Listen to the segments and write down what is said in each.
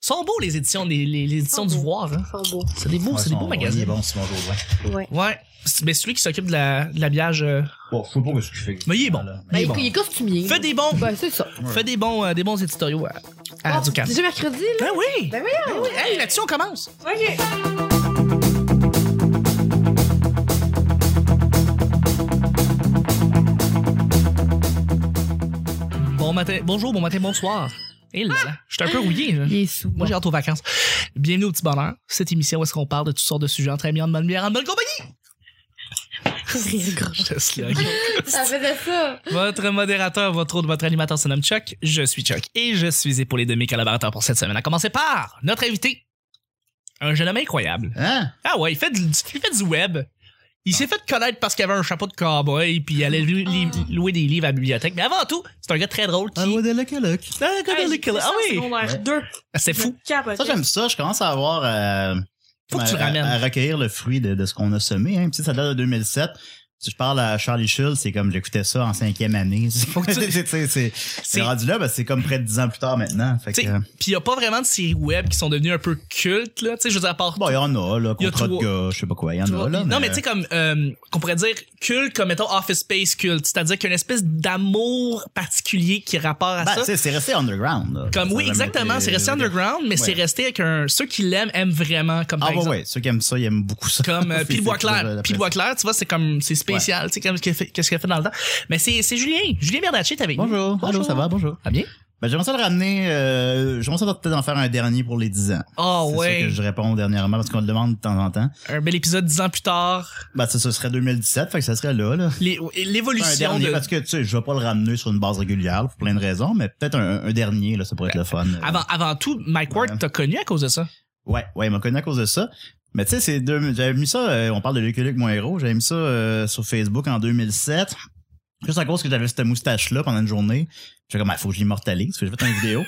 sont beaux les éditions, les, les- les éditions Sont du beaux. Voir. hein. Fort beau. C'est des Oh, beaux, c'est des beaux Il est magasins. bon, Simon Jourdain. Ouais. Ouais. C'est- Mais celui qui s'occupe de la- de l'habillage. euh, Bon, je sais pas ce qu'il fait. Mais il est bon. Là. il Ben, est bon. il est costumier. Fais des bons, Ben, c'est ça. fais des bons, euh, des bons éditoriaux à, à Ah, Ducam. Déjà mercredi, là. Ben oui! Ben oui! Hey, là-dessus, on commence! OK. Bon matin, bonjour, bon matin, bonsoir. Et là, là, je suis un peu rouillé. là. Il est sous. Moi, j'ai hâte aux vacances. Bienvenue au Petit Bonheur, cette émission où est-ce qu'on parle de toutes sortes de sujets entre amis, en bonne bière, en bonne compagnie. Je te slug. Ça faisait ça. votre modérateur, votre autre, votre animateur se nomme Chuck. Je suis Chuck et je suis épaulé de mes collaborateurs pour cette semaine. À commencer par notre invité, un jeune homme incroyable. Hein? Ah ouais, il fait, du- il fait du web. Il s'est fait connaître parce qu'il avait un chapeau de cowboy puis il allait lui- lui- louer des livres à la bibliothèque. Mais avant tout, c'est un gars très drôle qui. de la caloc. Ah, gars dans les colocs. Ah oui, Ouais. Secondaire 2. c'est fou. Ça, j'aime ça. Je commence à avoir euh, Faut que à, tu le à- ramènes. à recueillir le fruit de, de ce qu'on a semé. Hein. Puis, tu sais, ça date de 2007. Si je parle à Charlie Schulz, c'est comme j'écoutais ça en cinquième année. Faut que tu- c'est, c'est, C'est- c'est rendu là, ben, c'est comme près de dix ans plus tard maintenant. Fait que, T'sais, euh, Puis il y a pas vraiment de séries web qui sont devenues un peu cultes là, tu sais je veux dire à part bon, il y en a, là, Il y a contrat de trois- gars, je sais pas quoi, il y en a, là. non, mais tu sais, comme, euh, qu'on pourrait dire culte, comme mettons Office Space culte. C'est-à-dire qu'il y a une espèce d'amour particulier qui est rapport à Ben, tu ça. sais, c'est resté underground, là. Comme, oui, Ça euh, a vraiment exactement. été- C'est resté underground, mais Ouais. c'est resté avec un. Ceux qui l'aiment aiment vraiment, comme par Ah, ouais, exemple. ouais. Ceux qui aiment ça, ils aiment beaucoup ça. Comme euh, C'est- Pile c'est Bois toujours, euh, Clair. la Pile Bois Clair, tu vois, c'est comme. C'est spécial, tu sais, comme ce qu'elle fait, qu'est-ce qu'elle fait dans le temps. Mais c'est c'est Julien. Julien Bernatchez, t'es avec nous. Bonjour. Allô, ça va? Bonjour. Ah bien? Ben, j'aimerais ça le ramener, euh, j'aimerais ça peut-être en faire un dernier pour les 10 ans. Ah c'est sûr ouais. que je réponds dernièrement parce qu'on le demande de temps en temps. Un bel épisode dix ans plus tard. Ben, ça, ce serait 2017, fait que ça serait là, là. Les- Un L'évolution dernier, de. parce que, tu sais, je vais pas le ramener sur une base régulière, pour plein de raisons, mais peut-être un, un dernier, là, ça pourrait être le fun. Avant, avant tout, Mike Ward Ouais. t'a connu à cause de ça. Ouais, ouais, il m'a connu à cause de ça. Mais tu sais, c'est deux, j'avais mis ça, euh, on parle de Lucky Luke, mon héros, j'avais mis ça euh, sur Facebook en 2007. Juste à cause que j'avais cette moustache-là pendant une journée. J'étais comme, ah, faut que je l'immortalise, fait que j'ai fait une vidéo.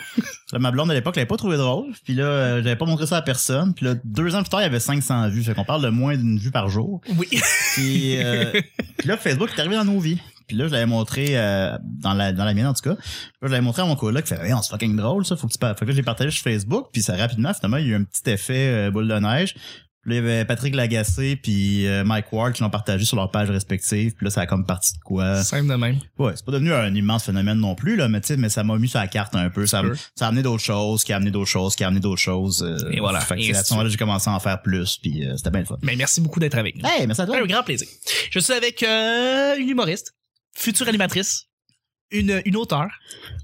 Là, ma blonde à l'époque, l'avait pas trouvé drôle. Puis là, euh, j'avais pas montré ça à personne. Puis là, deux ans plus tard, il y avait 500 vues. Fait qu'on parle de moins d'une vue par jour. Oui. Puis, euh, puis là, Facebook est arrivé dans nos vies. Puis là, je l'avais montré euh, dans, la, dans la mienne, en tout cas. Puis là, je l'avais montré à mon coloc. Il fait, on c'est fucking drôle, ça. Faut que tu parles. Fait que là, je l'ai partagé sur Facebook. Puis ça, rapidement, finalement, il y a eu un petit effet euh, boule de neige. Puis là, il y avait Patrick Lagacé puis euh, Mike Ward qui l'ont partagé sur leurs pages respectives. Puis là, ça a comme parti de quoi. Simple de même. Ouais, c'est pas devenu un immense phénomène non plus, là, mais, tu sais, mais ça m'a mis sur la carte un peu. Ça, Peu. ça a amené d'autres choses, qui a amené d'autres choses, qui a amené d'autres choses. euh, Et voilà. Fait que Et c'est à c'est- ce moment-là que j'ai commencé à en faire plus. Puis euh, c'était bien le fun. Mais merci beaucoup d'être avec nous. Hey, mais ça Un grand plaisir. Je suis avec euh, une humoriste, future animatrice, une, une auteure,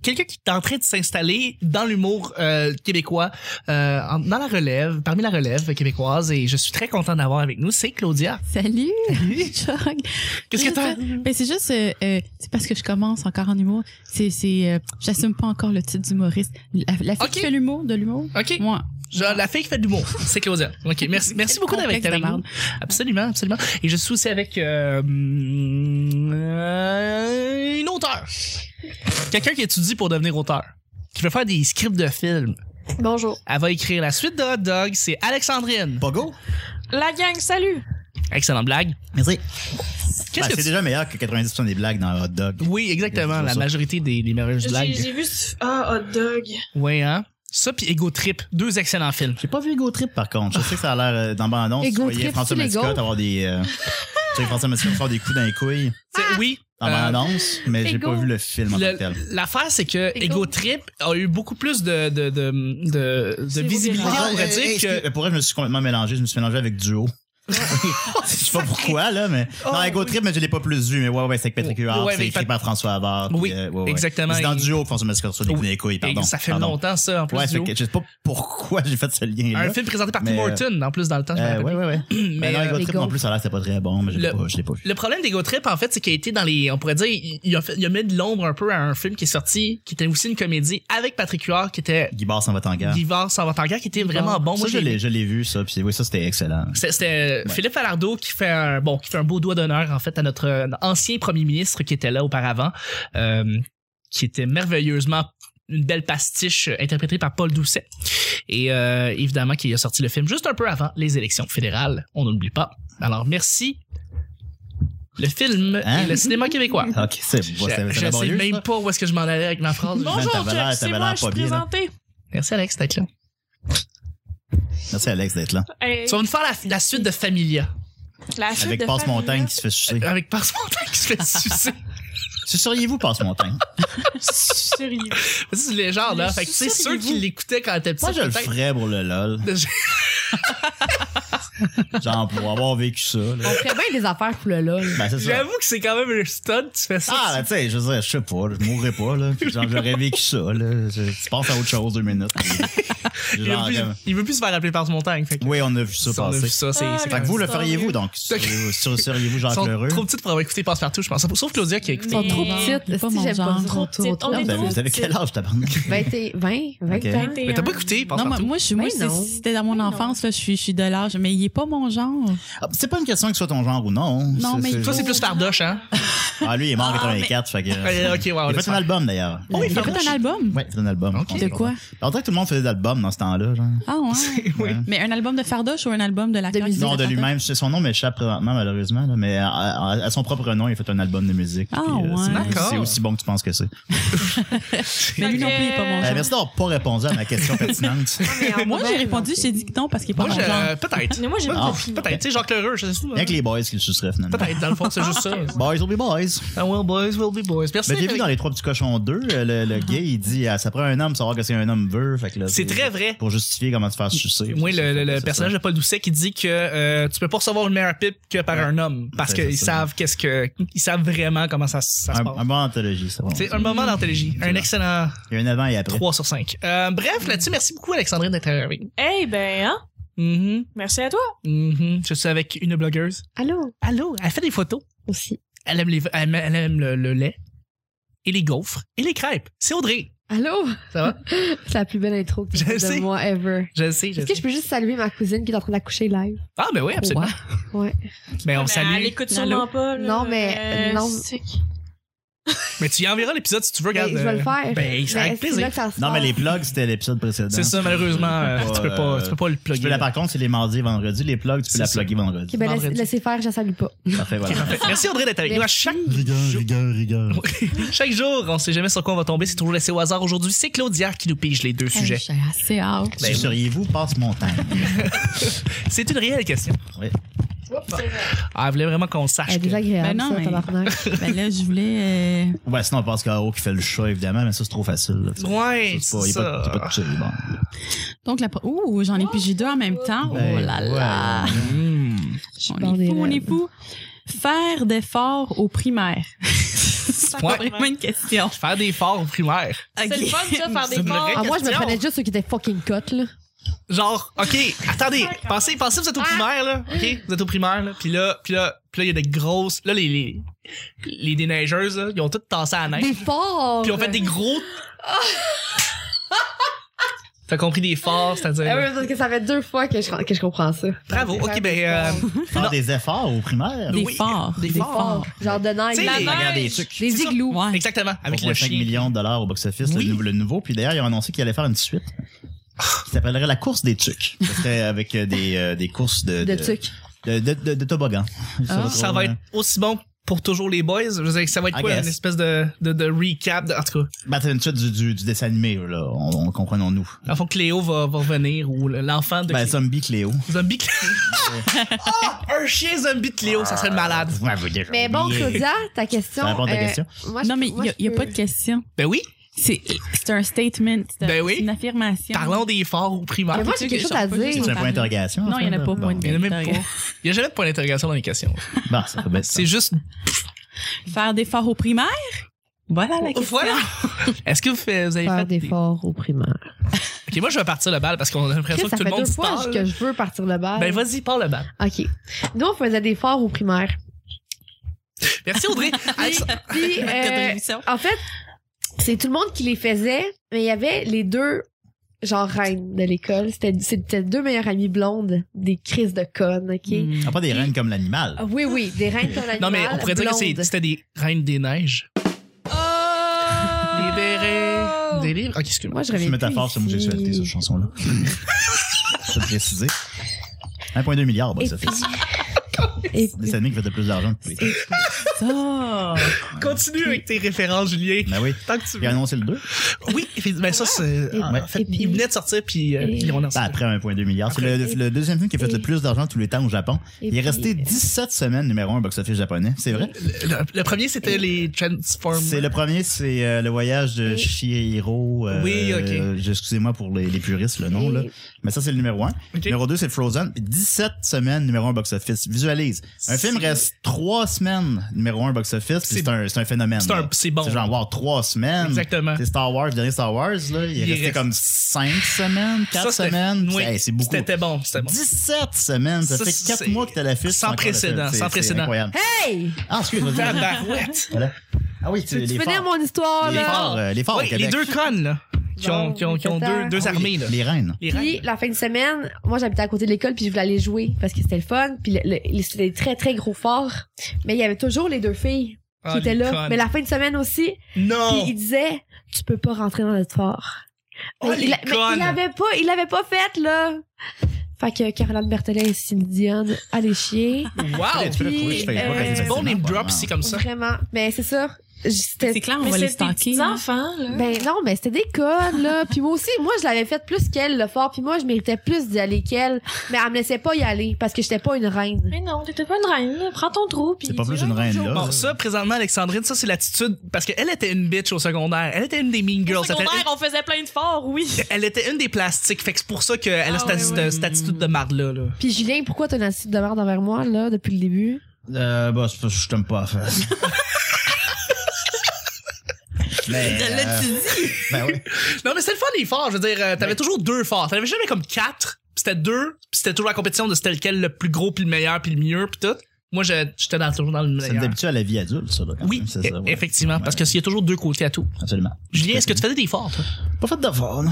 quelqu'un qui est en train de s'installer dans l'humour euh, québécois, euh, en- dans la relève, parmi la relève québécoise, et je suis très content d'avoir avec nous, c'est Claudia. Salut! Chuck. Qu'est-ce que t'as? Ben, c'est juste, euh, euh, c'est parce que je commence encore en humour. C'est, c'est, euh, j'assume pas encore le titre d'humoriste. La, la fille Ok. qui fait l'humour, de l'humour. OK. Moi. Genre, la fille qui fait de l'humour, c'est Claudia. OK, merci, merci beaucoup d'avoir Complexe été avec de nous. merde. Absolument, absolument. Et je suis aussi avec euh, hum, euh, une auteure. Quelqu'un qui étudie pour devenir auteur, qui veut faire des scripts de films. Bonjour. Elle va écrire la suite de Hot Dog, c'est Alexandrine. Pogo? La gang, salut! Excellente blague. Merci. Qu'est-ce Ben, que c'est tu- déjà meilleur que 90% des blagues dans Hot Dog. Oui, exactement, C'est la ça. majorité des, des meilleures J'ai blagues. j'ai vu ce. Ah, hot dog. Oui, hein? Ça puis Ego Trip, deux excellents films. Ah! J'ai pas vu Ego Trip par contre. Je sais que ça a l'air euh, dans l'annonce. Ego Trip, François c'est l'ego? Mascotte avoir des. euh, tu sais, François Mascotte avoir des coups dans les couilles Tu sais, Oui. dans euh, l'annonce, mais j'ai Ego. pas vu le film en tant que tel. le- L'affaire, c'est que Ego. Ego Trip a eu beaucoup plus de, de, de, de, de C'est visibilité, viral. on pourrait Ah, euh, dire, que excuse- Pour vrai, je me suis complètement mélangé. Je me suis mélangé avec Duo. je sais pas pourquoi, là, mais. non, Ego Trip, mais je l'ai pas plus vu. Mais ouais, ouais, c'est avec Patrick Oh, Ouais, Huard, ouais, c'est avec écrit Pat- par François Havard. Oui, puis, euh, ouais, ouais. exactement. C'est dans Et- Duo que François Mascotte sur des coups dans les couilles, pardon. Et ça fait Pardon. longtemps, ça, en plus. Ouais, du fait haut. que je sais pas pourquoi j'ai fait ce lien-là. Un film présenté par Mais, Tim euh, Horton, en plus, dans le temps. je me Euh, rappelle ouais, plus. ouais, ouais. Mais, Mais non, euh, Ego Trip Ego. non plus, ça a l'air que c'était pas très bon, mais je l'ai Le- pas, je l'ai pas vu. Le problème d'Ego Trip, en fait, c'est qu'il a été dans les. On pourrait dire, il, il a, fait- il a mis de l'ombre un peu à un film qui est sorti, qui était aussi une comédie avec Patrick Huard, qui était Guy Barre s'en va en guerre. Divard sans votre en guerre, qui était vraiment bon. Ah, ça, Moi, je j'ai- l'ai, je l'ai vu, ça. Puis oui, ça, c'était excellent. c'est- C'était Ouais. Philippe Falardeau qui fait un bon qui fait un beau doigt d'honneur en fait à notre euh, ancien premier ministre qui était là auparavant, euh, qui était merveilleusement une belle pastiche euh, interprétée par Paul Doucet et euh, évidemment qui a sorti le film juste un peu avant les élections fédérales, on n'oublie pas. Alors merci le film Hein? et le cinéma québécois. Ok, c'est bon. je c'est- je c'est sais laborieux, même ça. pas où est-ce que je m'en allais avec ma phrase. Bon. Bonjour, t'avais l'air- Chuck, c'est t'avais moi, l'air je suis pas bien, là. présenté. Merci Alex d'être là. Merci Alex d'être là. Hey, Tu vas me faire la, la suite de Familia. la suite Avec de Passe Montagne Familia. qui se fait sucer. Avec Passe Montagne qui se fait sucer. Suceriez-vous Passe Montagne? Sérieux. C'est une légende, hein. Le Fait que, tu sais, sucer, ceux vous. qui l'écoutaient quand t'étais petit. Moi, je le peut-être- ferais pour le LOL. Genre, pour avoir vécu ça. là. On ferait bien des affaires pour le LOL. Ben, c'est ça. J'avoue que c'est quand même un stud, tu fais ça. Ah, ben, tu sais, je veux dire, je sais pas, je mourrais pas, là. Puis Genre, j'aurais vécu ça, là. Je- Tu passes à autre chose deux minutes. Puis, il, veut genre, plus, comme- il veut plus se faire appeler Passe Montagne. Fait que, Oui, on a vu ça on a vu passer. ça, c'est Ah, c'est quand Fait le que même- vous le Sorry. feriez-vous, donc. Suceriez-vous Ils Jacques sont Lheureux? trop petites pour avoir écouté Passe-Partout, je pense. C'est surtout Claudia qui a écouté. Ils sont trop Mais- petites. C'est pas Si mon j'aime pas genre. ça, trop, Ben, trop, On trop. est Vous avez, vous avez quel âge, tabarnak? 20, 20, 20. Ok. Mais t'as euh, pas écouté Non, mais Passe-Partout? moi, je, moi Mais c'est- non. c'était dans mon Mais non. enfance, là, je suis, je suis de l'âge, mais il est pas mon genre. Ah, C'est pas une question que ce soit ton genre ou non. Non, mais Toi, c'est plus fardoche, hein? Ah, lui, il est mort en 84, fait que. euh, Ouais, ok, ouais, on Il a laisse fait un faire. album, d'ailleurs. Oh, il fait un album? Ouais, il a fait un album. Ok. De quoi? En tant que tout le monde faisait d'albums dans ce temps-là, genre. Ah, ouais. Oui. Mais un album de Fardoche ou un album de la De musique. Non, de Fardoche? lui-même. Je sais, Son nom m'échappe présentement, malheureusement, là, mais à, à- à son propre nom, il a fait un album de musique. Ah, puis, euh, ouais. c'est- D'accord. C'est aussi bon que tu penses que c'est. Mais lui non plus, il est pas mon Euh, Euh, genre. merci d'avoir pas répondu à ma question pertinente. Moi, j'ai répondu, j'ai dit que non parce qu'il est pas Moi, mon je- genre. euh, peut-être. Mais moi, j'ai Ah, pas fini. Peut-être, tu sais, Jacques Lheureux, je sais pas. hein. Bien que les boys qui le suceraient, finalement. Peut-être, dans le fond, c'est juste ça. Boys will be boys. Ah, well, boys, will be boys. Merci. Mais j'ai vu dans les trois petits cochons 2, euh, le, le gay, il dit ah, ça prend un homme pour savoir que c'est un homme veut. Fait que là, Mhm. C'est très vrai. Pour justifier comment te faire sucer. Oui, le, le- le C'est ça. personnage de Paul Doucet qui dit que euh, tu peux pas recevoir une meilleure pipe que par Ouais. un Ben, homme parce C'est qu'ils ça. savent qu'est-ce que ils savent vraiment comment ça, ça se Un, passe. un bon anthologie, c'est bon. C'est un moment d'anthologie, un là. excellent Il y a un avant et après. 3 sur 5. bref, là-dessus, merci beaucoup Alexandrine d'être avec nous. Hey, ben, hein? Mhm, Merci à toi. mhm. Je suis avec une blogueuse. Allô? Allô, elle fait des photos. Aussi. Elle aime, les, elle aime- elle aime le, le lait et les gaufres et les crêpes. C'est Audrey. Allô? Ça va? C'est la plus belle intro que tu Je fais sais. de moi ever. Je le sais, je Est-ce le que sais. je peux juste saluer ma cousine qui est en train d'accoucher live? Ah, ben oui, absolument. Ouais. Ben, on Mais Elle salue. Eh, écoute Allô? sûrement pas. là. Non, mais, Euh, non. c'est que- Mais tu y enverras l'épisode si tu veux, Mais regarde. je vais le euh, faire. Ben, ça Mais avec est-ce que plaisir. là que ça se Non, mais passe? les plugs, c'était l'épisode précédent. C'est ça, malheureusement, euh, tu, peux pas, euh, tu peux pas le Tu plugger. peux la, par contre, c'est les mardis et vendredis. Les plugs, tu C'est peux la ça. plugger vendredi. Ok, ben, laisse- vendredi. laissez faire, je la salue pas. Parfait, voilà. Parfait. Merci André d'être avec nous. À chaque, Rigueur, rigueur, rigueur. chaque jour, on sait jamais sur quoi on va tomber. C'est toujours laissé au hasard. Aujourd'hui, c'est Claudia qui nous pige les deux sujets. J'ai assez hâte. Ben, Suceriez-vous passe montagne? C'est une réelle question. Oui. Ah, elle voulait vraiment qu'on le sache. Elle est que- désagréable, Ben non, ça, mais- tabarnak. Ben là, je voulais. euh, Ouais, sinon, on passe KO qui fait le chat, évidemment, mais ça, c'est trop facile. là. Ça, Ouais, c'est pas- c'est y a pas- ça. y a pas de chill, bon. Donc, la. pro- Ouh, j'en ai pigé deux en même temps. Ben, oh là là. ouais. Hmm. On des est fou, on rêves. est fou. Faire d'efforts au primaire. C'est Ouais. pas vraiment une question. Faire des forts primaires. C'est le fun, ça, faire C'est des une morts. vraie- Ah, moi, je me question. prenais juste ceux qui étaient fucking cut, là. Genre, OK, attendez, pensez, pensez, vous êtes Ah. au primaire, là. OK, vous êtes au primaire, là. Puis là, puis là, puis là, il y a des grosses. Là, les, les, les déneigeuses, là, ils ont toutes tassé à la neige. Des forts! Puis on fait des gros. T'as compris des forts, Ah oui, c'est-à-dire. parce que ça fait deux fois que je, que je comprends ça. Bravo. Ok, ben. euh, Faire des efforts au primaire. Des Oui, forts. des Des, forts. forts. Genre de Tu neige. sais, les- neige. Regardez, trucs. Les C'est ça. igloos. Ouais. Exactement, avec le chien. 5 millions de dollars au box-office, Oui. Ah. le, nouveau, le nouveau. Puis d'ailleurs, ils ont annoncé qu'il allait faire une suite qui s'appellerait La course des tucs. Ce serait avec euh, des, euh, des courses de, De trucs. de, de, de- de toboggan. Ah. Ça va être aussi bon pour toujours les boys. Je veux dire, ça va être I quoi? guess. Une espèce de, de, de recap. de- en tout cas, Ben, c'est une suite du, du, du dessin animé, là. On, on comprenons-nous. en fond, Cléo va, va revenir ou le- l'enfant de Ben, Clé- Zombie Cléo. zombie Clé- Ah, un chien zombie de Cléo, ça serait malade. Vous m'avez déjà Mais bon, oublié. Claudia, ta question. Ça répond à ta euh, question. moi, je- Non, mais moi, il je n'y a, peux- pas de question. Ben oui, C'est c'est un statement. C'est un- Ben oui. c'est une affirmation. parlons des forts au primaire. Mais moi, j'ai quelque chose à dire. C'est un point d'interrogation. Non, il n'y en a pas. Point de de Il y en a même pas. Il n'y a jamais de point d'interrogation dans les questions. Bon, ça fait bien ça. C'est juste. Faire d'efforts au primaire? Voilà Oh, la question. Voilà! Est-ce que vous, faites- vous avez fait. Faire des forts au primaire. Ok, moi, je vais partir le bal parce qu'on a l'impression que Chris, ça tout fait le monde deux se fois parle. que je veux partir le bal. Ben vas-y, parle le bal. OK. Nous, on faisait des forts au primaire. Merci Audrey. Alex- Puis, euh, en fait, c'est tout le monde qui les faisait, mais il y avait les deux, genre, reines de l'école. C'était c'était deux meilleures amies blondes, des crises de connes, OK? hmm. Ah, pas des reines comme l'animal. Ah Oui, oui, des reines comme l'animal. non, mais on pourrait dire que c'est- blondes. c'était des reines des neiges. Oh! Libéré des livres. Ok, excuse-moi. Moi, je C'est reviens. une métaphore plus sur l'homosexualité, ici. cette chanson-là. Je vais le préciser. 1,2 milliard au box-office. Et Des dessins animés qui faisaient plus d'argent que les- Ça. Continue avec tes références, Julien. Ben oui. Tant que tu Il a annoncé le 2. Oui, effectivement. Ben, ça, c'est. Et- en fait, et puis- il venait de sortir, puis euh, et- ils l'ont lancé. Ben, après 1,2 milliard. C'est le, Et- le deuxième film qui a fait et- le plus d'argent de tous les temps au Japon. Et Il est puis, euh, resté 17 semaines numéro 1 au box-office japonais. C'est vrai? Le, le premier, c'était les Transformers. C'est le premier, c'est euh, le voyage de Et- Shihiro. euh, Oui, ok. euh, Excusez-moi pour les, les puristes, le et- nom, là. Mais ça, c'est le numéro 1. Ok. Numéro 2, c'est Frozen. Puis 17 semaines numéro 1 au box-office. Visualise. Un film reste 3 semaines numéro 1 au box-office. puis C'est- C'est un, c'est un phénomène. C'est un- là. c'est bon. C'est genre, wow, 3 semaines. Exactement. C'est Star Wars, le dernier Star Wars, là. Il, est Il resté reste- comme 5 semaines, 4 c'était- semaines. oui. Hey, c'est beaucoup. C'était bon, c'était bon. 17 semaines, ça, Ça, fait c'est- 4 mois que t'as la fiche. sans encore le film. précédent, C'est- sans c'est précédent. Hein? incroyable. Hey! Ah, excuse-moi. Tabarouette! Voilà. Ah oui, tu Peux-tu les finir phares. mon histoire, les là? phares, euh, les phares au Oui, les Québec. deux connes, là, qui ont, qui ont, qui ont deux, deux Ah oui, armées, là. Les reines. Les Puis reines. la fin de semaine, moi j'habitais à côté de l'école puis je voulais aller jouer parce que c'était le fun. Puis le- le- c'était des très très gros forts. Mais il y avait toujours les deux filles qui Ah, étaient les là. connes. Oh. Mais la fin de semaine aussi, puis Non! il disait tu peux pas rentrer dans notre fort. Oh, Mais les il, a- mais connes. il avait pas, il l'avait pas fait là. Fait que Caroline Berthelet et Cindy Dionne, allez chier. Wow! Tu peux le trouver, je fais pas euh, quasi C'est bon, facilement, name drop, vraiment. c'est comme ça. Vraiment. Mais c'est ça. j- C'était C'est clair, on Mais va les c'est des stalker. petits là. enfants, là. Ben non, mais c'était des connes, là. Puis moi aussi, moi, je l'avais fait plus qu'elle, le fort. Puis moi, je méritais plus d'y aller qu'elle. Mais elle me laissait pas y aller parce que j'étais pas une reine. Mais non, t'étais pas une reine. Prends ton trou, puis... C'est pas tu plus vas une un reine, jour. là. Bon, ça, présentement, Alexandrine, ça, c'est l'attitude. Parce qu'elle était une bitch au secondaire. Elle était une des mean Au girls. Elle était- secondaire, on faisait plein de forts, oui. Elle était une des plastiques. Fait que c'est pour ça qu'elle a Ah, cette, ouais, cette- ouais. cette attitude de marde-là, là. Puis Julien, pourquoi t'as une attitude de merde envers moi, là, depuis le début? Euh, bah, c'est parce que je t'aime pas. Mais, euh, ben oui. Non, mais c'est le fun des forts. Je veux dire, euh, t'avais toujours deux forts. T'en avais jamais comme quatre. pis C'était deux. pis C'était toujours la compétition de c'était lequel le plus gros, puis le meilleur, puis le mieux, puis tout. Moi, je- j'étais dans, toujours dans le Ça nous meilleur. habitue à la vie adulte, ça, là, quand Oui, même, c'est ça, e- ouais. effectivement, parce que s'il y a toujours deux côtés à tout. Absolument. Julien, est-ce que tu faisais des forts, toi? Pas fait d'effort, non.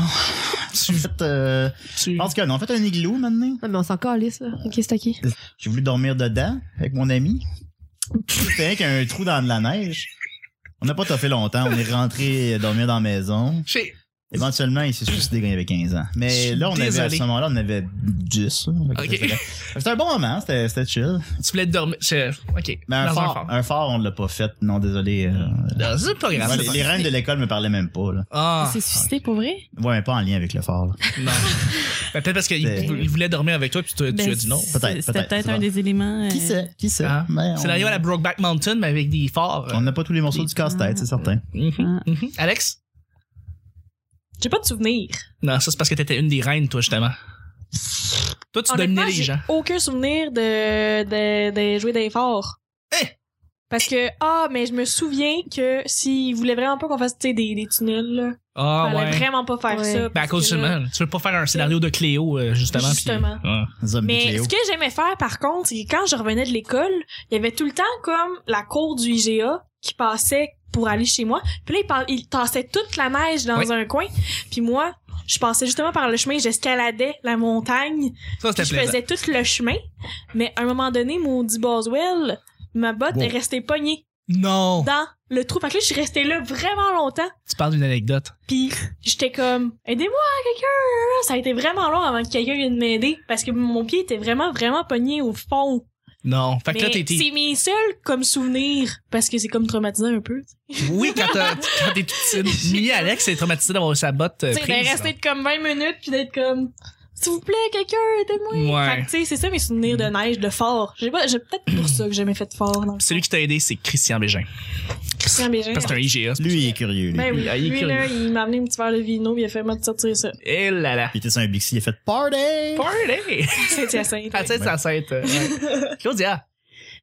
J'ai fait, euh, Tu- en tout cas, on a fait un igloo, maintenant. Non, mais on s'en calisse, là. Ok, c'est ok. J'ai voulu dormir dedans avec mon ami. C'était avec un trou dans de la neige. On n'a pas toffé longtemps. On est rentré dormir dans la maison. J'ai- Éventuellement, il s'est suicidé quand il avait 15 ans. Je Mais suis là, on avait, à désolé. ce moment-là, on avait 10. là. Fait que Ok. c'était- C'était un bon moment. C'était c'était chill. Tu voulais dormir. je- Ok. Mais un Dans un fort, un fort, on l'a pas fait. Non, désolé. euh, Non, C'est pas ouais, grave. les, c'est les pas- reines de l'école me parlaient même pas. Là. Ah, C'est suicidé pour vrai? Ouais, mais pas en lien avec le fort. là. non. Ben, peut-être parce qu'il Mais- vou- il voulait dormir avec toi, puis tu, as- tu Ben, as dit non. c'est- Peut-être, C'était peut-être, peut-être c'est un vrai. des éléments. euh, Qui sait? Qui sait? Hein? Mais C'est on- la Ah. à la Brokeback Mountain, mais avec des forts. On n'a pas tous les morceaux du casse-tête, c'est certain. Mhm, Ah. mhm. Alex? J'ai pas de souvenir. Non, ça, c'est parce que t'étais une des reines, toi, justement. Toi, tu dominais Honnêtement, les j'ai gens. aucun souvenir de, de, de jouer des forts. Eh! Parce que, ah, mais je me souviens que s'ils voulaient vraiment pas qu'on fasse tu sais, des, des tunnels, là, Ah, fallait ouais. vraiment pas faire Ouais. ça. Ben, à parce cause que là- seulement. Tu veux pas faire un scénario de Cléo, euh, justement. puis- Ah. Justement. Ouais. Zombie Mais Cléo. ce que j'aimais faire, par contre, c'est que quand je revenais de l'école, il y avait tout le temps comme la cour du IGA qui passait pour aller chez moi. Puis là, ils par- ils tassaient toute la neige dans Oui. un coin. Puis moi, je passais justement par le chemin, j'escaladais la montagne. Ça, Puis c'était je plaisant. faisais tout le chemin. Mais à un moment donné, maudit Boswell, ma botte Wow. est restée pognée Non! dans le trou. Fait que là, je suis restée là vraiment longtemps. Tu parles d'une anecdote. Puis j'étais comme, aidez-moi, quelqu'un! hein. Ça a été vraiment long avant que quelqu'un vienne m'aider parce que mon pied était vraiment, vraiment pogné au fond. Non. Fait que là, Mais t'étais. c'est mes seuls comme souvenirs parce que c'est comme traumatisant un peu. Oui, quand t'as- quand t'es toute petite. Mini Alex est traumatisée d'avoir sa botte. euh, Tu sais, ben, prise. de rester de comme 20 minutes puis d'être comme, s'il vous plaît, quelqu'un, aidez-moi. Fait Ouais. que, tu sais, c'est ça mes souvenirs de neige, de fort. J'ai pas, j'ai peut-être pour ça que j'ai jamais fait de fort. Dans le Puis Celui qui t'a aidé, c'est Christian Bégin. Christian Bégin. Parce que c'est un IGA. c'est- Lui, il est curieux. Lui. Ben oui, Il- il est lui, curieux. là, il m'a amené un petit verre de vino puis il a fait, moi, de sortir ça. Eh là là. Il était sur un Bixi, il a fait Party! Party! Saint-Hyacinthe. À tête, à tête. ouais. euh. Claudia,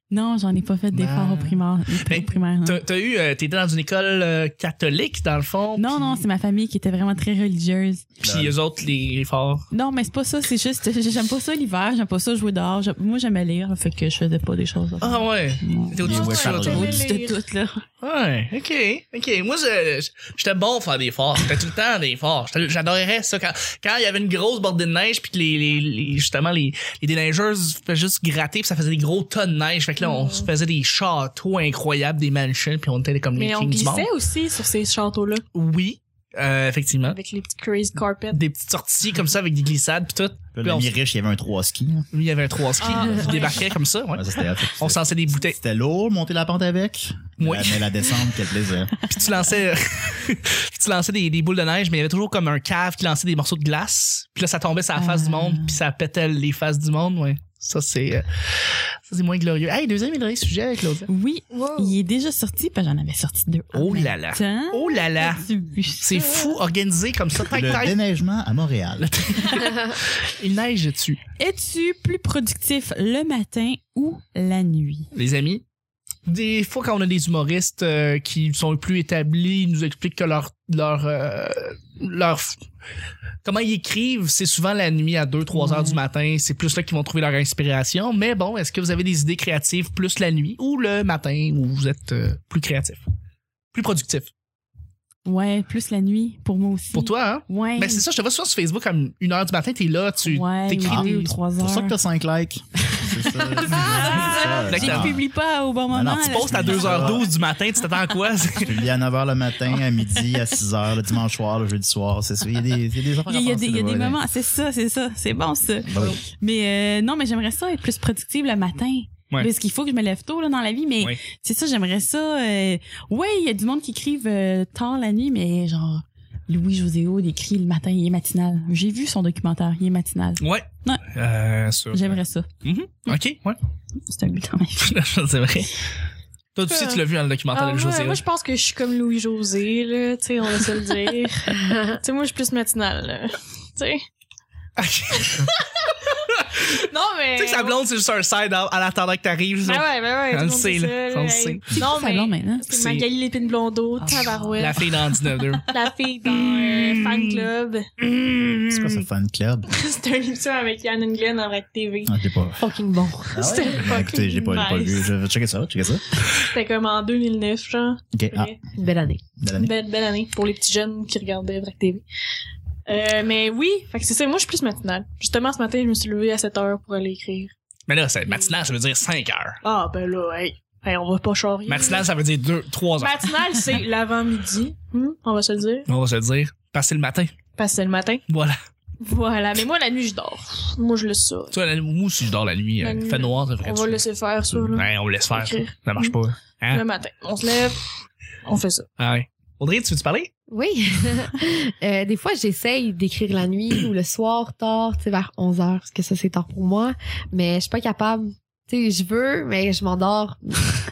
Non, j'en ai pas fait d'efforts Ben- au primaire. Ben, au primaire, hein. non. t'as t'as eu. euh, T'étais dans une école euh, catholique, dans le fond. Non, non, c'est ma famille qui était vraiment très religieuse. Puis eux autres, les forts. Non, mais c'est pas ça, c'est juste, j'aime pas ça l'hiver, j'aime pas ça jouer dehors. J'aime- Moi, j'aimais lire, fait que je faisais pas des choses. Ah ouais. Non. T'es au-dessus Les de West tout ça, Harlem. toi. Au-dessus de tout, là. Ouais, ok, ok. Moi, je- je- j'étais bon à faire des forts. J'étais tout le temps des forts. J'étais- J'adorerais ça quand quand il y avait une grosse bordée de neige puis que les, les, les- justement les les déneigeuses faisaient juste gratter puis ça faisait des gros tas de neige. Fait que là, on se Mm. faisait des châteaux incroyables, des mansions puis on était comme les Mais on kings Hein? du monde. glissait aussi sur ces châteaux-là. Oui. Euh, effectivement. avec les petits crazy carpets. Des petites sorties comme ça avec des glissades puis tout. Puis Puis on L'ami s- riche, il y avait un 3 ski. là. Lui, il y avait un trois ski Ah, il ouais. débarquait comme ça. Ouais. Ouais, ça, c'était hot. On s'en sait des bouteilles. C'était lourd, monter la pente avec. Oui. Mais- Mais la descente, quel plaisir. Puis tu lançais, puis tu lançais des, des boules de neige, mais il y avait toujours comme un cave qui lançait des morceaux de glace. Puis là, ça tombait sur la face Ah. du monde, puis ça pétait les faces du monde. Ouais. Ça, c'est euh, ça, c'est moins glorieux. Hey, deuxième et dernier sujet, Claudia. Oui, Oh. Wow. il est déjà sorti, parce que j'en avais sorti deux. Oh là là. Oh là là. C'est fou, organisé comme ça. Tac, Le tac. déneigement à Montréal. Il neige dessus. Es-tu plus productif le matin ou la nuit? les amis. Des fois, quand on a des humoristes euh, qui sont plus établis, ils nous expliquent que leur leur euh, leur comment ils écrivent, c'est souvent la nuit à 2-3 heures Ouais. du matin. C'est plus là qu'ils vont trouver leur inspiration. Mais bon, est-ce que vous avez des idées créatives plus la nuit ou le matin où vous êtes euh, plus créatif, plus productif Ouais, plus la nuit, pour moi aussi. Pour toi, hein Ouais. Ben c'est ça. Je te vois souvent sur Facebook comme une heure du matin, t'es là, tu ouais, t'écris ou des- deux Ah, ou trois C'est pour ça heures. que t'as 5 likes. C'est ça. Ah, c'est J'ai ça. que publie pas au bon Ah moment. non, là. tu postes à 2h12 du matin, tu t'attends à quoi Je publie à 9h le matin, à midi, à 6h, le dimanche soir, le jeudi soir. C'est ça. Il y a des, il y a des affaires Il y a, il y a à des, penser, il y a là, des ouais. moments, c'est ça, c'est ça, c'est bon ça. Ben oui. Mais euh, non, mais j'aimerais ça être plus productive le matin. Ouais. Parce qu'il faut que je me lève tôt là, dans la vie, mais Ouais. c'est ça, j'aimerais ça. euh, Ouais, il y a du monde qui écrive euh, tard la nuit, mais genre Louis José Aude écrit le matin, il est matinal. J'ai vu son documentaire, il est matinal. Ouais. Ouais. Euh, sûr. J'aimerais ça. Mhm. Ok. Ouais. C'est un but dans ma vie. c'est vrai. Toi, tu sais, tu l'as vu dans le documentaire Ah, de moi, José. hein. moi, je pense que je suis comme Louis-José, là, tu sais, on va se le dire. tu sais, moi, je suis plus matinale, là. Tu sais. tu Non, mais. sais que sa blonde, c'est juste un side out à l'attendre que t'arrives. genre, Ah ouais, ben ouais, On tout le monde sait, dit là. ça, On le hey. sait. C'est Non, qui, sa blonde, hein? mais. maintenant? C'est C'est- Magali Lépine Blondeau, La Ah, Hmm. tabarouette. fille dans 19-2. La fille dans euh, Fan Club. Mm-hmm. C'est quoi ce fan club? C'était une émission avec Yann Englund en Red TV. Ah, j'ai pas. Fucking bon. C'était Ben, écoutez, j'ai pas, j'ai pas fucking vu. nice. Je vais checker ça, checker ça. C'était comme en 2009, genre. Ok, ah, Mais Une belle année. de Une l'année. belle, belle année pour les petits jeunes qui regardaient Vrac TV. Euh, mais oui, fait que c'est ça. Moi, je suis plus matinale. Justement, ce matin, je me suis levée à 7 heures pour aller écrire. Mais là, c'est matinal, ça veut dire 5 heures. Ah, ben là, hey, hey, on va pas charrier. Matinal, ça veut dire 2, 3 heures. Matinale, c'est l'avant-midi, hmm, on va se le dire, On va se le dire. Passer le matin. parce que c'est le matin. Voilà. Voilà, mais moi, la nuit, je dors. Moi, je laisse ça. Tu vois, la- moi aussi, je dors la nuit. La euh, nuit. fait noir, ça ferait On va laisser faire ça, là. Mm. Ouais, on laisse faire. ça. Écrire. Ça marche pas. Le matin, on se lève, on fait ça. Ah ouais. Audrey, tu veux-tu parler? Oui. Euh, des fois, j'essaye d'écrire la nuit ou le soir tard, tu sais, vers 11 heures, parce que ça, c'est tard pour moi. Mais je suis pas capable. Tu sais, je veux, mais je m'endors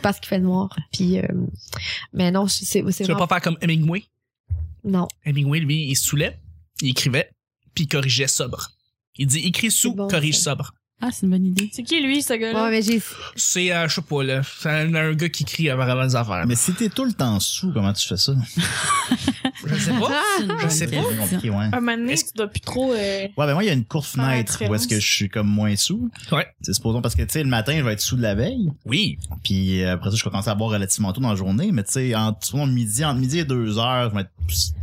parce qu'il fait noir. Puis, euh, mais non, je- c'est c'est Tu veux vraiment- pas faire comme Hemingway? Non. Hemingway, lui, il soulait, il écrivait, puis il corrigeait sobre. Il dit écris sous, C'est bon, corrige ça. sobre. Ah, c'est une bonne idée. C'est qui, lui, ce Ouais, gars-là? mais j'ai. C'est, euh, je sais pas, là. C'est un, un gars qui crie vraiment des affaires. Mais si t'es tout le temps sous, comment tu fais ça? Je sais pas. C'est une bonne je sais pas. C'est compliqué, ouais. Un moment donné, Est-ce- tu dois plus trop... euh, Ouais, ben moi, il y a une courte Faire la fenêtre où est-ce que différence. je suis comme moins sous. Ouais. C'est supposons parce que, tu sais, le matin, je vais être sous de la veille. Oui. Puis euh, après ça, je vais commencer à boire relativement tôt dans la journée. Mais tu sais, entre souvent midi, entre midi et deux heures, je vais être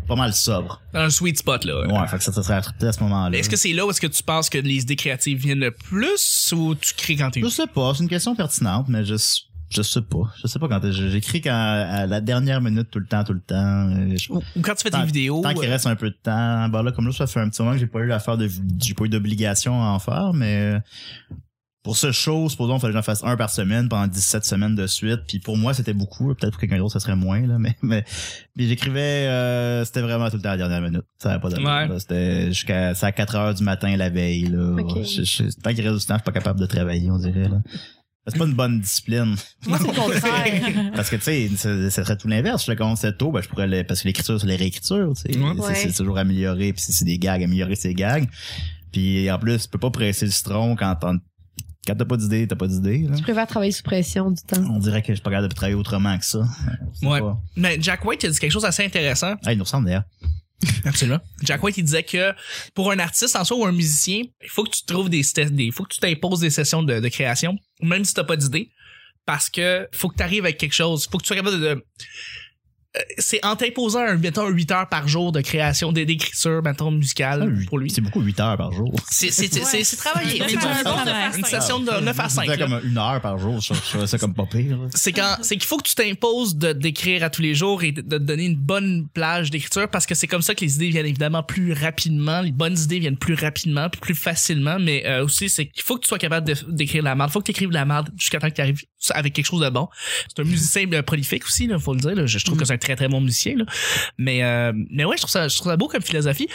pas mal sobre. Dans un sweet spot, là. Ouais, fait que ça, ça serait attrapé à ce moment-là. Est-ce que c'est là où est-ce que tu penses que les idées créatives viennent le plus ou tu crées quand t'es Je sais pas, c'est une question pertinente, mais je, s- je sais pas. Je sais pas quand je- j'écris quand à la dernière minute tout le temps, tout le temps. Euh, je- ou, ou quand tu fais Tant- tes vidéos Tant qu'il euh, reste un peu de temps, ben là, comme là, ça fait un petit moment que j'ai pas eu l'affaire de, j'ai pas eu d'obligation à en faire, mais euh, pour ce show, supposons, il fallait que j'en fasse un par semaine pendant 17 semaines de suite, puis pour moi, c'était beaucoup, là. peut-être pour quelqu'un d'autre, ça serait moins, là, mais, mais, mais j'écrivais, euh, c'était vraiment tout le temps à la dernière minute. Ça avait pas d'allure, Ouais. là. C'était jusqu'à, c'est à 4 heures du matin la veille, là. Ok. Je- je- tant qu'il reste du temps, je suis pas capable de travailler, on dirait, là. C'est pas une bonne discipline. Moi, c'est le contraire. Parce que, tu sais, ce ce serait tout l'inverse. Je le commençais tôt, ben, je pourrais le- parce que l'écriture, c'est les réécritures, tu sais. Ouais. C'est- Ouais. C'est toujours amélioré, puis c'est c'est des gags, améliorer ses gags. Puis, en plus, tu peux pas presser le citron quand t'en- quand t'as pas d'idée, t'as pas d'idée, là. Je préfère travailler sous pression du temps. On dirait que je suis pas capable de travailler autrement que ça. Je sais Ouais. pas. Mais Jack White a dit quelque chose d'assez intéressant. Ah, il nous ressemble d'ailleurs. Absolument. Jack White, il disait que pour un artiste en soi ou un musicien, il faut que tu trouves des, il faut que tu t'imposes des sessions de, de création, même si t'as pas d'idée, parce que faut que tu arrives avec quelque chose, faut que tu sois capable de, de- euh, c'est en t'imposant un, mettons, 8 heures par jour de création d'é- d'écriture, mettons, musicale pour lui. C'est beaucoup 8 heures par jour. C'est c'est- c'est- c'est- c'est travaillé. Ouais, C'est c'est un un bon bon de- neuf à une cinq. session de 9 à 5. C'est comme une heure par jour, je je trouvais ça comme pas pire. là. C'est quand c'est qu'il faut que tu t'imposes de d'écrire à tous les jours et de de te donner une bonne plage d'écriture parce que c'est comme ça que les idées viennent évidemment plus rapidement, les bonnes idées viennent plus rapidement puis plus facilement mais euh, aussi c'est qu'il faut que tu sois capable de- d'écrire de la merde, faut que tu écrives de la merde jusqu'à temps que tu arrives avec quelque chose de bon. C'est un musicien euh, prolifique aussi là, faut le dire là. je, je trouve que c'est un très très bon musicien là. Mais euh, mais ouais, je trouve ça je trouve ça beau comme philosophie.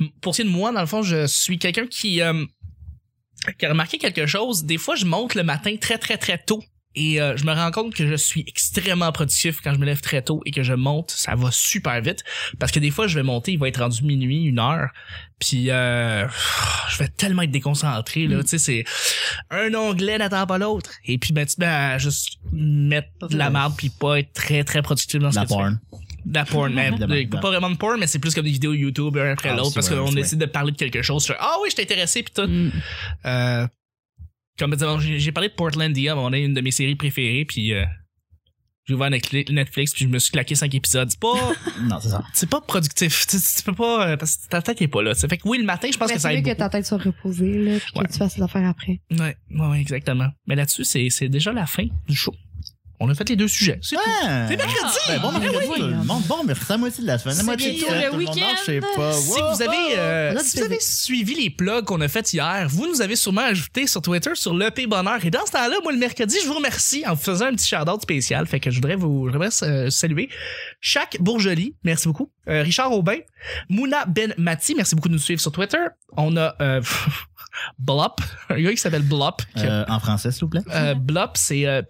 M- Pour ce qui est de moi dans le fond, je suis quelqu'un qui euh, qui a remarqué quelque chose, des fois je monte le matin très très très tôt et euh, je me rends compte que je suis extrêmement productif quand je me lève très tôt et que je monte, ça va super vite. Parce que des fois, je vais monter, il va être rendu minuit, une heure. Puis euh, je vais tellement être déconcentré. Là, Tu sais, c'est un onglet n'attend pas l'autre. Et puis ben, tu te mets à juste mettre de la merde puis pas être très très productif dans ce La que tu fais. porn. De la porn, mais Évidemment, de- évidemment. pas vraiment de porn, mais c'est plus comme des vidéos YouTube un après Ah, l'autre c'est parce vrai, qu'on c'est décide de parler de quelque chose. Je fais, ah oui, je t'ai intéressé puis tout. Mm. Euh, comme disons, j'ai j'ai parlé de Portlandia, à un moment donné, une de mes séries préférées, puis euh, j'ai ouvert Netflix, Netflix, puis je me suis claqué cinq épisodes. C'est pas, Non, c'est ça. c'est pas productif. Tu, tu- tu peux pas, euh, parce que ta tête est pas là. tu sais. Fait que oui, le matin, je pense Mais que ça c'est mieux aide. que ta tête soit reposée, là, puis Ouais. que tu fasses tes affaires après. beaucoup. Ouais, ouais, ouais, exactement. Mais là-dessus, c'est, c'est déjà la fin du show. On a fait les deux sujets. C'est tout. Ouais. C'est mercredi! Ah, Ben, bon mercredi tout le monde. Bon mercredi, la moitié de la semaine. La C'est moitié bientôt de la- le tout monde dort, week-end. Je sais pas. Si Wow. vous avez, euh, Ah, On a du si vous avez plaisir. suivi les plugs qu'on a fait hier, vous nous avez sûrement ajouté sur Twitter sur l'EP Bonheur. Et dans ce temps-là, moi, le mercredi, je vous remercie en vous faisant un petit shout-out spécial. Fait que je voudrais vous je voudrais, euh, saluer Jacques Bourgely, merci beaucoup. Euh, Richard Aubin, Mouna Ben Mati, merci beaucoup de nous suivre sur Twitter. On a euh, Blop, un gars qui s'appelle Blop. que- Euh, en français, s'il vous plaît. euh, Blop, c'est euh,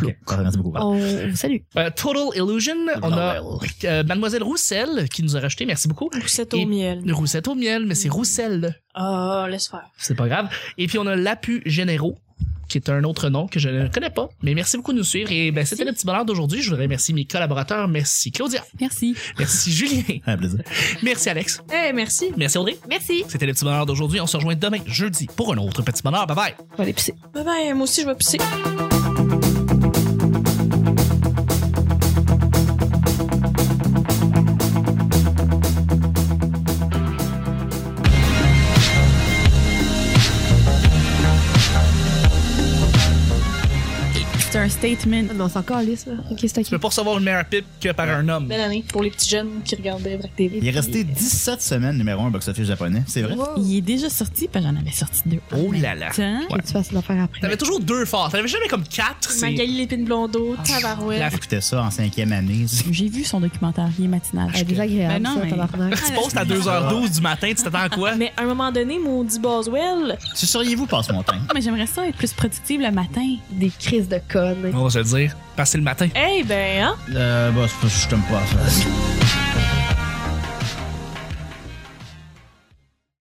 Ok, parfait, merci beaucoup. Voilà. On vous salue. euh, Total Illusion. On a Noël. euh, Mademoiselle Roussel qui nous a racheté, merci beaucoup. Poussette Et- au miel. Roussette au miel, mais c'est Roussel. Ah, laisse faire. C'est pas grave. Et puis on a l'Apu Généraux, qui est un autre nom que je ne connais pas. Mais merci beaucoup de nous suivre. Et ben, c'était le petit bonheur d'aujourd'hui. Je voudrais remercier mes collaborateurs. Merci Claudia. Merci. Merci Julien. Un plaisir. Merci Alex. Eh, merci. Merci Audrey. Merci. C'était le petit bonheur d'aujourd'hui. On se rejoint demain, jeudi, pour un autre petit bonheur. Bye bye. On va aller pisser. Bye bye, moi aussi, je vais pisser. C'est un statement. Ah, mais on s'en calisse, là. Ok, c'est Tu peux ok. pas recevoir une meilleure pipe que par un homme. Belle année pour les petits jeunes qui regardaient Vrac TV. Il est resté 17 semaines numéro 1 box-office japonais. C'est vrai? Wow. hein? Il est déjà sorti, parce que j'en avais sorti deux. Oh là là. Tiens. Que tu fasses tes affaires après. T'avais toujours deux forts. T'avais jamais comme quatre. c'est- Magali Lépine Blondeau, La Tabarouette. J'écoutais ça en cinquième année. J'ai vu son documentaire, il est matinal. Elle est désagréable, Ben non, ça, mais- tabarnak. Tu postes à 2h12 du matin. Tu t'attends à quoi? Mais à un moment donné, Maudit Boswell, Tu seriez-vous passe mon temps? Ah, Mais j'aimerais ça être plus productive le matin. Des crises de connes. On va se le dire. Passer le matin. eh ben, hein? Euh, bah, je je t'aime pas. ça.